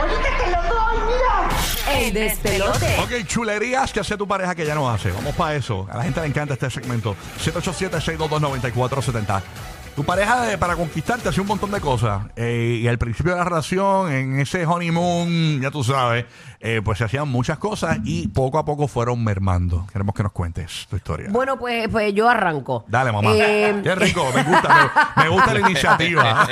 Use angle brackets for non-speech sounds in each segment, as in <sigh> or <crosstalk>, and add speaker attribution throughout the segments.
Speaker 1: ¡Ahorita te lo doy, mira!
Speaker 2: El despelote.
Speaker 3: Ok, chulerías que hace tu pareja que ya no hace. Vamos para eso. A la gente le encanta este segmento. 787-622-9470. Tu pareja eh, para conquistarte hace un montón de cosas. Eh, y al principio de la relación, en ese honeymoon, ya tú sabes, eh, pues se hacían muchas cosas y poco a poco fueron mermando. Queremos que nos cuentes tu historia.
Speaker 2: Bueno, pues, pues yo arranco.
Speaker 3: Dale, mamá.
Speaker 2: Eh,
Speaker 3: <laughs> Qué rico, me gusta, me, me gusta la iniciativa.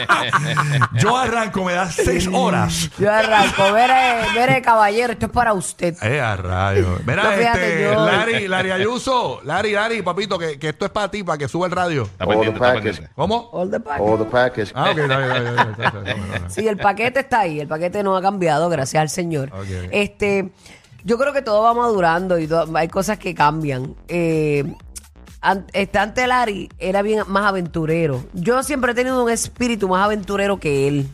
Speaker 3: Yo arranco, me das seis horas.
Speaker 2: yo arranco. Mire, mire, eh, caballero, esto es para usted.
Speaker 3: Eh,
Speaker 2: <laughs>
Speaker 3: a rayo. Mira,
Speaker 2: No, fíjate,
Speaker 3: este,
Speaker 2: yo-
Speaker 3: Lari, Lari Ayuso, Lari, Lari, papito, que, que esto es para ti, para que suba el radio.
Speaker 4: Está
Speaker 5: All the
Speaker 4: pendiente, está
Speaker 5: package.
Speaker 4: pendiente.
Speaker 3: ¿Cómo?
Speaker 2: All the pack.
Speaker 5: All the package.
Speaker 3: Ah, ok, está bien, está bien, está bien, está bien, está bien, está bien.
Speaker 2: Sí, el paquete está ahí. El paquete no ha cambiado, gracias al Señor.
Speaker 3: Ok.
Speaker 2: Este, yo creo que todo va madurando y todo- hay cosas que cambian. Eh, an- este, antes Larry era bien más aventurero. Yo siempre he tenido un espíritu más aventurero que él.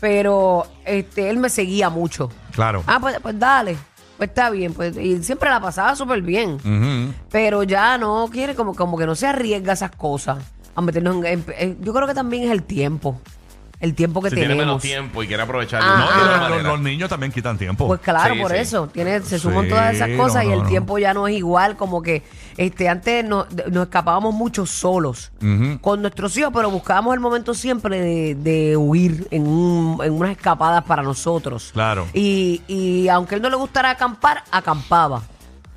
Speaker 2: Pero este, él me seguía mucho.
Speaker 3: Claro.
Speaker 2: Ah, pues, pues dale. Pues está bien. Pues, y siempre la pasaba súper bien.
Speaker 4: Mm.
Speaker 3: Ujú.
Speaker 2: Pero ya no quiere, como, como que no se arriesga esas cosas. A meternos en- en- en- yo creo que también es el tiempo. El tiempo que
Speaker 4: Si tiene
Speaker 2: Pues tenemos.
Speaker 4: menos tiempo y quiere aprovecharlo.
Speaker 2: Ah,
Speaker 3: No, y
Speaker 4: de otra
Speaker 3: los- los,
Speaker 4: manera.
Speaker 3: los niños también quitan tiempo.
Speaker 2: Pues claro,
Speaker 4: Sí,
Speaker 2: por
Speaker 4: sí.
Speaker 2: eso. Tiene, se suman
Speaker 3: Sí,
Speaker 2: todas esas
Speaker 3: no,
Speaker 2: cosas y
Speaker 3: no,
Speaker 2: el
Speaker 3: no.
Speaker 2: tiempo ya no es igual. Como que este antes no- nos escapábamos mucho solos con nuestros hijos, pero buscábamos el momento siempre de, de huir en, un- en unas escapadas para nosotros.
Speaker 3: Claro.
Speaker 2: Y, y aunque a él no le gustara acampar, acampaba.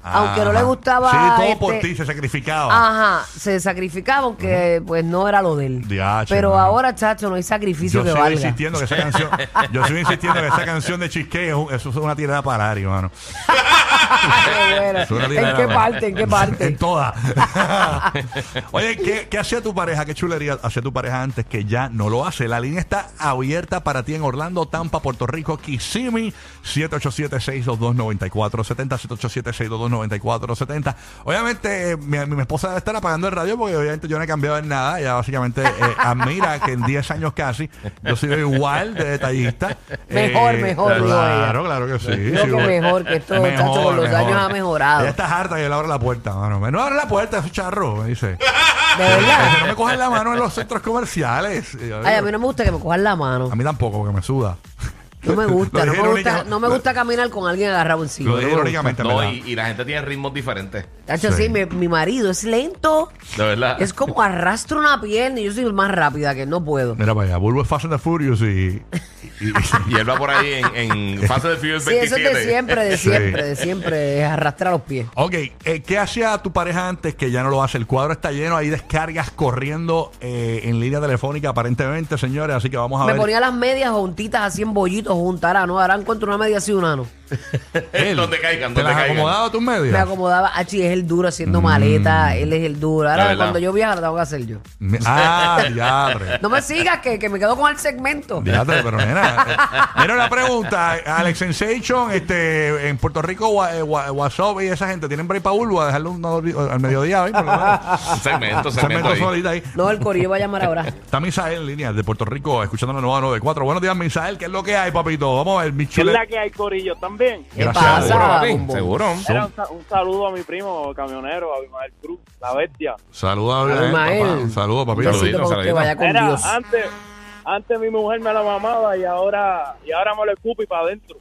Speaker 2: aunque no le
Speaker 3: Ajá.
Speaker 2: gustaba.
Speaker 3: Ah. Sí, todo por
Speaker 2: este,
Speaker 3: ti se sacrificaba.
Speaker 2: Ajá, se sacrificaba aunque pues no era lo de él.
Speaker 3: Diache,
Speaker 2: Pero
Speaker 3: mano.
Speaker 2: ahora, chacho, no hay sacrificio
Speaker 3: Yo
Speaker 2: que
Speaker 3: sigo
Speaker 2: valga.
Speaker 3: insistiendo que esa canción, yo sigo insistiendo que esa canción de Chisque es, un- eso es una tirada para Lari, mano.
Speaker 2: <laughs> Qué bueno.
Speaker 3: Eso es una
Speaker 2: ¿En
Speaker 3: tirada
Speaker 2: qué
Speaker 3: para-
Speaker 2: parte? ¿En qué parte? <laughs>
Speaker 3: En todas. Oye, ¿qué, qué hacía tu pareja? ¿Qué chulería hacía tu pareja antes que ya no lo hace? La línea está abierta para ti en Orlando, Tampa, Puerto Rico, Kissimmee, 787-622-9470, 787-622-9470. Obviamente, eh, mi, mi esposa debe estar apagando el radio porque obviamente yo no he cambiado en nada. Ella básicamente eh, admira que en 10 años casi yo soy igual de detallista. Eh,
Speaker 2: Mejor, mejor, digo ella.
Speaker 3: Claro, claro que sí.
Speaker 2: Creo
Speaker 3: sí,
Speaker 2: que
Speaker 3: bueno.
Speaker 2: mejor, que esto, chacho, con los años ha mejorado.
Speaker 3: Ella está harta que yo le abra la puerta, mano. Me- No abre la puerta, es un charro, me
Speaker 2: De
Speaker 3: dice.
Speaker 2: verdad.
Speaker 3: Dice, No me cogen la mano en los centros comerciales. Y yo
Speaker 2: Ay, a
Speaker 3: digo,
Speaker 2: mí no me gusta que me cojan la mano.
Speaker 3: a mí tampoco, porque me suda.
Speaker 2: No
Speaker 3: <laughs>
Speaker 2: me gusta,
Speaker 3: Lo
Speaker 2: no me
Speaker 3: dijeron
Speaker 2: gusta,
Speaker 3: única-
Speaker 2: no me gusta caminar con alguien agarrado encima.
Speaker 3: Lo
Speaker 2: no
Speaker 3: dije
Speaker 2: me gusta.
Speaker 3: irónicamente, en
Speaker 4: No,
Speaker 3: ¿verdad?
Speaker 4: y, y la gente tiene ritmos diferentes.
Speaker 2: Tacho, sí,
Speaker 3: Sí.
Speaker 2: mi, mi marido es lento.
Speaker 4: De verdad.
Speaker 2: Es como arrastro una pierna y yo soy más rápida que no puedo.
Speaker 3: Mira para allá, Bulbo es Fast and the Furious y. y- y-
Speaker 2: <laughs>
Speaker 4: Y él va por ahí
Speaker 3: <laughs>
Speaker 4: en, en fase de Furious
Speaker 2: Sí, eso
Speaker 4: 27.
Speaker 2: es de siempre, de
Speaker 3: Sí.
Speaker 2: siempre, de siempre, es arrastrar los pies.
Speaker 3: Ok, eh, ¿qué hacía tu pareja antes que ya no lo hace? El cuadro está lleno, hay descargas corriendo eh, en línea telefónica aparentemente, señores, así que vamos a
Speaker 2: Me
Speaker 3: ver.
Speaker 2: ponía las medias juntitas así en bollitos juntará, ¿no? Ahora encuentro una media así una, ¿no?
Speaker 3: Él,
Speaker 4: Donde caigan,
Speaker 3: ¿Te
Speaker 4: donde
Speaker 3: las
Speaker 4: caigan.
Speaker 3: acomodaba tus medias?
Speaker 2: Me acomodaba, ah, sí, es el duro haciendo
Speaker 3: Mm.
Speaker 2: maleta, él es el duro.
Speaker 4: La
Speaker 2: Ahora
Speaker 4: verdad.
Speaker 2: cuando yo viaje la tengo que hacer yo.
Speaker 3: Ah,
Speaker 2: <laughs>
Speaker 3: diadre.
Speaker 2: No me sigas que, que me quedo con el segmento.
Speaker 3: Fíjate, pero nena, eh, mira una pregunta, Alex Sensation, este, en Puerto Rico, Wa- eh, Wa- WhatsApp y esa gente, ¿tienen break para Bulbo a dejarlo un- al mediodía hoy? Por lo menos?
Speaker 4: <laughs> <laughs>
Speaker 3: Un
Speaker 4: Un segmento,
Speaker 3: segmento
Speaker 4: segmento ahí.
Speaker 3: solita ahí.
Speaker 2: No, el corillo va a llamar
Speaker 3: <laughs>
Speaker 2: ahora.
Speaker 3: Está Misael en línea de Puerto Rico, escuchando la nueva 94. Buenos días, Misael, ¿qué es lo que hay, papito? Vamos a ver, mi
Speaker 6: ¿Qué es
Speaker 3: chule-
Speaker 6: la que hay, Corillo? También.
Speaker 2: ¿Qué
Speaker 3: Gracias,
Speaker 2: pasa?
Speaker 4: Seguro, papi,
Speaker 2: Bumbo?
Speaker 4: seguro.
Speaker 6: Era un, sa- un saludo a mi primo camionero, a Abimael Cruz, la bestia.
Speaker 3: Saludos,
Speaker 2: Saludos,
Speaker 3: Abimael,
Speaker 2: Mael.
Speaker 3: Eh, papá. Saludos,
Speaker 2: Un
Speaker 3: papito.
Speaker 2: besito
Speaker 4: Saludito,
Speaker 2: para usted,
Speaker 4: saludito.
Speaker 2: vaya con
Speaker 6: Era,
Speaker 2: Dios.
Speaker 6: antes, antes mi mujer me la mamaba y ahora, y ahora me lo escupe para adentro.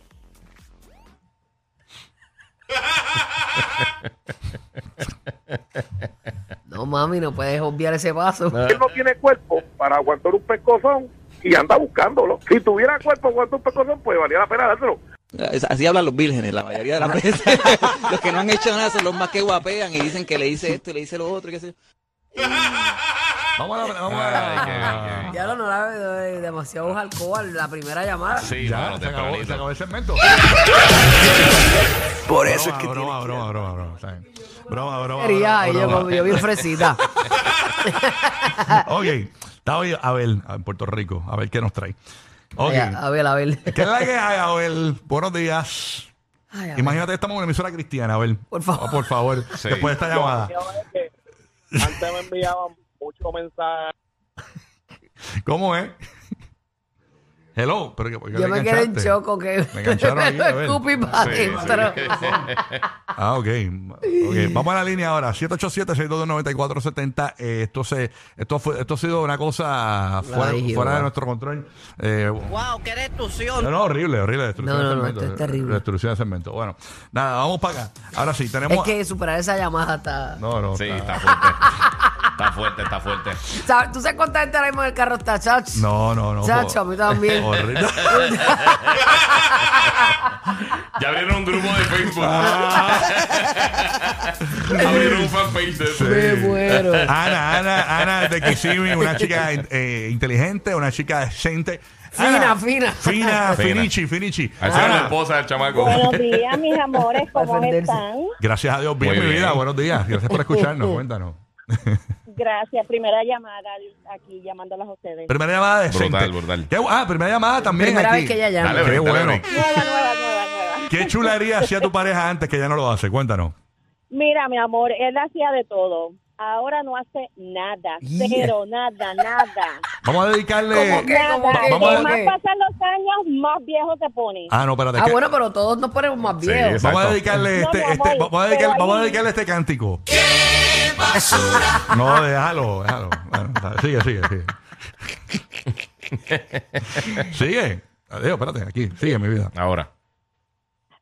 Speaker 2: No, mami, no puedes obviar ese paso.
Speaker 3: Eh.
Speaker 7: Él no tiene cuerpo para aguantar un pescozón y anda buscándolo. Si tuviera cuerpo para aguantar un pescozón, pues valía la pena dárselo.
Speaker 8: Es- Así hablan los vírgenes, la mayoría de las veces. <laughs> los que no han hecho nada son los más que guapean y dicen que le hice esto y le hice lo otro y qué sé yo.
Speaker 3: Vamos a la. Vamos a la-
Speaker 4: Ay, qué bien, qué bien.
Speaker 2: Ya lo no la veo eh, demasiado alcohol la primera llamada.
Speaker 4: Sí,
Speaker 3: Ya,
Speaker 4: mano,
Speaker 3: se, acabó, se
Speaker 4: tempranito.
Speaker 3: acabó el segmento. Por eso es que. Broma, broma, broma, broma. está bien. Broma, broma.
Speaker 2: Quería
Speaker 3: broma,
Speaker 2: ahí, yo,
Speaker 3: broma.
Speaker 2: con- yo bien fresita.
Speaker 3: <laughs> Ok, está hoy Abel, ah, en Puerto Rico, a ver qué nos trae. <laughs> Ok,
Speaker 2: Ay, A a ver, a ver.
Speaker 3: ¿qué es la que hay, Abel? Buenos días.
Speaker 2: Ay, a ver.
Speaker 3: Imagínate, estamos en una emisora cristiana, a ver.
Speaker 2: Por favor.
Speaker 3: Ah, por favor.
Speaker 4: Sí.
Speaker 3: Después de esta
Speaker 2: Ah.
Speaker 3: llamada.
Speaker 6: Antes me enviaban muchos mensajes.
Speaker 3: ¿Cómo es? Hello. Pero que, ¿por qué
Speaker 2: Yo
Speaker 3: le
Speaker 2: me quedé en
Speaker 3: enganchaste?
Speaker 2: choco que
Speaker 3: Me engancharon
Speaker 2: <laughs>
Speaker 3: ahí, a ver.
Speaker 2: escupí para adentro.
Speaker 3: Ah, ok. Ok, Vamos a la línea ahora. 787-622-9470. Eh, esto, se, esto, fue, esto ha sido una cosa fuera,
Speaker 2: Ay,
Speaker 3: fuera de
Speaker 2: Jehová.
Speaker 3: nuestro control. Eh,
Speaker 5: ¡Wow! ¡Qué destrucción!
Speaker 3: no, no, horrible, horrible. Destrucción
Speaker 2: No, no,
Speaker 3: de
Speaker 2: no,
Speaker 3: cemento. eh,
Speaker 2: esto es terrible.
Speaker 3: Destrucción de cemento. Bueno, nada, vamos para acá. Ahora sí, tenemos.
Speaker 2: Es que superar esa llamada está.
Speaker 3: No, no.
Speaker 4: Sí,
Speaker 3: está-
Speaker 4: está
Speaker 2: <laughs>
Speaker 4: fuerte. Está fuerte, está fuerte.
Speaker 2: ¿Sabes- ¿Tú sabes cuánta gente ahora mismo en el carro está, chacho?
Speaker 3: No, no, no.
Speaker 2: Chacho, a mí también. <laughs>
Speaker 3: Horrible.
Speaker 4: Ya abrieron un grupo de Facebook.
Speaker 3: Ah.
Speaker 4: abrieron un fanpage de eso.
Speaker 2: Me muero.
Speaker 3: Ana, Ana, Ana de Kissimmee, una chica eh, inteligente, una chica decente.
Speaker 2: Fina,
Speaker 3: Ana,
Speaker 2: fina.
Speaker 3: Fina,
Speaker 4: Fina.
Speaker 3: finichi, finichi.
Speaker 4: Así era
Speaker 3: Ana,
Speaker 4: la esposa del chamaco.
Speaker 9: Buenos días, mis amores, ¿cómo
Speaker 2: Defenderse.
Speaker 9: están?
Speaker 3: Gracias a Dios, bien,
Speaker 4: Muy
Speaker 3: mi
Speaker 4: bien.
Speaker 3: vida. Buenos días. Gracias por escucharnos. Cuéntanos.
Speaker 9: Gracias, primera llamada aquí llamándolas a ustedes.
Speaker 3: Primera llamada decente.
Speaker 4: Brutal, brutal.
Speaker 3: Qué bu- ah, primera llamada también.
Speaker 2: Primera
Speaker 3: aquí.
Speaker 2: vez que ella llama.
Speaker 4: Dale,
Speaker 3: Qué
Speaker 4: break, dale,
Speaker 3: bueno.
Speaker 4: break.
Speaker 9: Nueva, nueva, nueva, nueva.
Speaker 3: Qué chulería hacía tu pareja antes que ya no lo hace. Cuéntanos.
Speaker 9: Mira, mi amor, él hacía de todo. Ahora no hace nada,
Speaker 2: Yeah.
Speaker 9: cero, nada, nada.
Speaker 3: Vamos a dedicarle.
Speaker 2: ¿Cómo que?
Speaker 9: Nada.
Speaker 3: Va-
Speaker 9: Entre
Speaker 3: vamos a-
Speaker 9: más pasan los años, más viejo se pone.
Speaker 3: Ah, no, espérate.
Speaker 2: Ah,
Speaker 3: que-
Speaker 2: bueno, pero todos nos ponemos más
Speaker 4: Sí,
Speaker 2: viejos.
Speaker 4: exacto.
Speaker 3: Vamos a dedicarle
Speaker 9: No,
Speaker 3: este,
Speaker 9: mi amor,
Speaker 3: este- vamos, a dedicarle,
Speaker 9: pero
Speaker 3: vamos a
Speaker 9: ahí-
Speaker 3: dedicarle este cántico. No, déjalo, déjalo. Bueno, está- sigue, sigue, sigue. sigue. Adiós, espérate, aquí. Sigue mi vida.
Speaker 4: Ahora.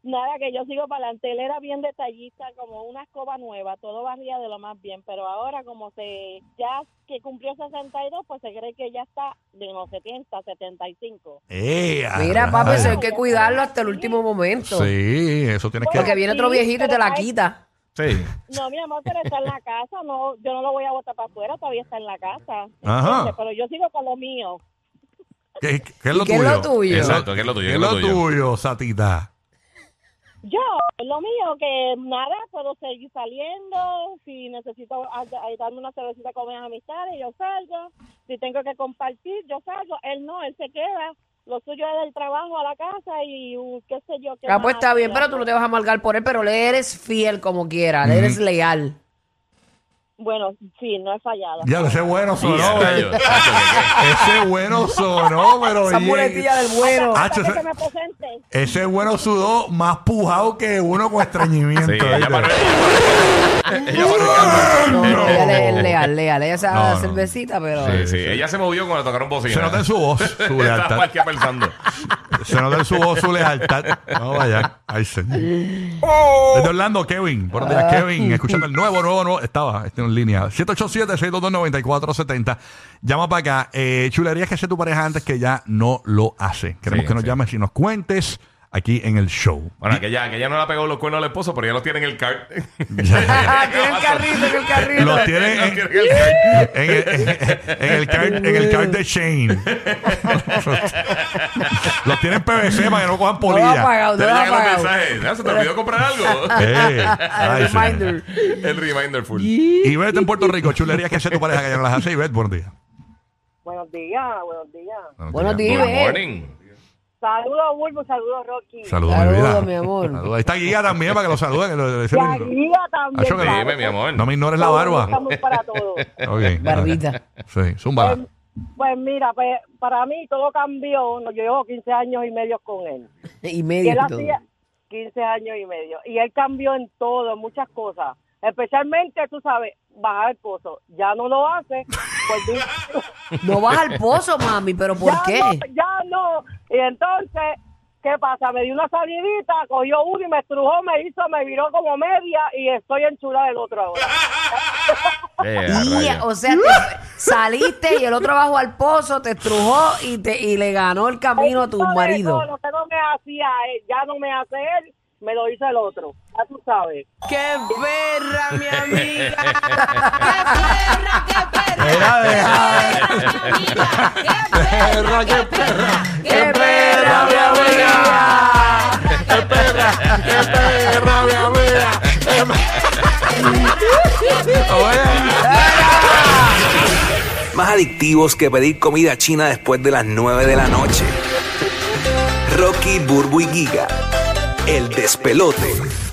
Speaker 9: Nada, que yo sigo para adelante. Él era bien detallista, como una escoba nueva, todo barría de lo más bien, pero ahora como se ya que cumplió 62, pues se cree que ya está de los 70, 75.
Speaker 3: Eh, a
Speaker 2: Mira, papi,
Speaker 3: rayos.
Speaker 2: eso hay que cuidarlo hasta el último momento.
Speaker 3: Sí, eso tienes
Speaker 2: Porque
Speaker 3: que.
Speaker 2: viene otro viejito y te la quita.
Speaker 4: Sí.
Speaker 9: No, mi amor, pero está en la casa, no, yo no lo voy a botar para afuera, todavía está en la casa.
Speaker 3: Ajá.
Speaker 9: ¿entiendes? Pero yo sigo con lo mío.
Speaker 3: ¿Qué, qué es lo
Speaker 2: ¿Qué es
Speaker 3: tuyo?
Speaker 2: lo tuyo?
Speaker 4: Exacto, ¿qué es lo tuyo?
Speaker 3: ¿Qué es lo tuyo, Satita?
Speaker 9: Yo, lo mío, que nada, puedo seguir saliendo, si necesito a- a- darme una cervecita con mis amistades, yo salgo, si tengo que compartir, yo salgo, él no, él se queda, lo suyo es del trabajo a la casa y uh, qué sé yo. qué
Speaker 2: Ah, pues
Speaker 9: más
Speaker 2: está bien,
Speaker 9: hace.
Speaker 2: pero tú no te vas a amargar por él, pero le eres fiel como quiera, le eres leal.
Speaker 9: Bueno, sí, no he fallado.
Speaker 3: Ya, ese bueno
Speaker 4: Sí,
Speaker 3: sonó,
Speaker 4: rayo,
Speaker 3: eh.
Speaker 4: chacho, ¿qué,
Speaker 3: Ese bueno sonó, pero.
Speaker 2: Esa
Speaker 3: bien-
Speaker 2: muletilla del bueno.
Speaker 3: Ah,
Speaker 9: Hasta que
Speaker 3: ese-
Speaker 9: se me presente.
Speaker 3: Ese bueno sudó más pujado que uno con
Speaker 4: qué?
Speaker 3: estreñimiento.
Speaker 4: <laughs> Sí, ella
Speaker 3: ¿viste?
Speaker 4: paró. Ella paró el carro.
Speaker 2: No, no, ella le-
Speaker 3: No.
Speaker 2: es leal, leal. Ella se da
Speaker 3: No,
Speaker 2: la
Speaker 3: no.
Speaker 2: cervecita, pero.
Speaker 4: Eh, Sí, sí. Ella se movió cuando tocaron bocina.
Speaker 3: Se nota en su voz, su
Speaker 4: Estaba
Speaker 3: lealtad.
Speaker 4: cualquiera pensando.
Speaker 3: Se nota en su voz su lealtad. No vaya. Ay, señor. Desde Orlando, Kevin. Buenos días, Kevin. Escuchando el nuevo, nuevo, nuevo. Estaba este, en línea. 787-622-9470. Llama para acá. Eh, chulerías que hace tu pareja antes que ya no lo hace. Queremos
Speaker 4: Sí,
Speaker 3: que nos
Speaker 4: sí.
Speaker 3: llames y nos cuentes aquí en el show.
Speaker 4: Bueno, que ya, que ya no le ha pegado los cuernos al esposo, pero ya los tiene en el cart.
Speaker 3: <laughs>
Speaker 4: <laughs>
Speaker 2: Ah, tiene el carrito, tiene el carrito.
Speaker 3: Los tiene
Speaker 4: Los
Speaker 3: en,
Speaker 4: tiene en el cart.
Speaker 3: en el, en, el card, en el card de Shane. Los tiene en PVC para que no
Speaker 2: No lo
Speaker 3: cojan
Speaker 2: ha
Speaker 3: polilla.
Speaker 2: pagado,
Speaker 4: Te
Speaker 2: no lo ha
Speaker 4: llegan los
Speaker 2: pagado.
Speaker 4: mensajes. Ah, ¿Se te olvidó comprar
Speaker 2: <laughs>
Speaker 4: algo?
Speaker 3: Eh, ay,
Speaker 2: El
Speaker 3: señor.
Speaker 2: reminder.
Speaker 4: el reminder full.
Speaker 3: Ivette en Puerto Rico, chulerías que hace tu pareja que ya no las hace. Ivette, buenos días.
Speaker 9: Buenos días, buenos días.
Speaker 2: Buenos días,
Speaker 4: Good
Speaker 2: Ivette.
Speaker 4: morning.
Speaker 9: Saludos, Bulbo, saludos, Rocky.
Speaker 3: Saludos, mi
Speaker 2: Saludos,
Speaker 3: vida.
Speaker 2: mi amor.
Speaker 3: Saludos. Ahí está Guía también para que lo saluden. que lo- le-
Speaker 9: Y a Guía también.
Speaker 3: Acho que
Speaker 9: claro.
Speaker 4: Dime, mi amor.
Speaker 3: No me ignores la barba.
Speaker 9: Estamos para
Speaker 3: <laughs>
Speaker 9: todos.
Speaker 3: Okay.
Speaker 2: Barbita.
Speaker 3: Sí, zumba.
Speaker 9: Pues, pues mira, pues, para mí todo cambió. No, Yo llevo 15 años y medio con él.
Speaker 2: Y
Speaker 9: Y
Speaker 2: medio.
Speaker 9: él
Speaker 2: y todo.
Speaker 9: hacía 15 años y medio. Y él cambió en todo, en muchas cosas. Especialmente, tú sabes, bajar el pozo. Ya no lo hace. Pues, di-
Speaker 2: No vas al pozo, mami, pero <laughs> ¿por
Speaker 9: ya
Speaker 2: qué?
Speaker 9: No, ya no. Y entonces, ¿qué pasa? Me dio una salidita, cogió uno y me estrujó, me hizo, me viró como media y estoy en chula del otro
Speaker 2: <laughs>
Speaker 9: ahora.
Speaker 4: Eh, a
Speaker 2: Y,
Speaker 4: rayos.
Speaker 2: o sea, te- saliste y el otro bajó al pozo, te estrujó y, te, y le ganó el camino a tu
Speaker 9: Eso de
Speaker 2: marido.
Speaker 9: todo, Lo que no me hacía él, ya no me hace él, me lo hizo el otro. Ya tú sabes.
Speaker 5: ¡Qué perra, mi amiga!
Speaker 3: Era de-
Speaker 8: Perra, qué perra.
Speaker 2: ¡Qué
Speaker 3: perra, mi amiga!
Speaker 5: Más adictivos que pedir comida china después de las 9 de la noche. Rocky, Burbu y Giga.
Speaker 8: El despelote.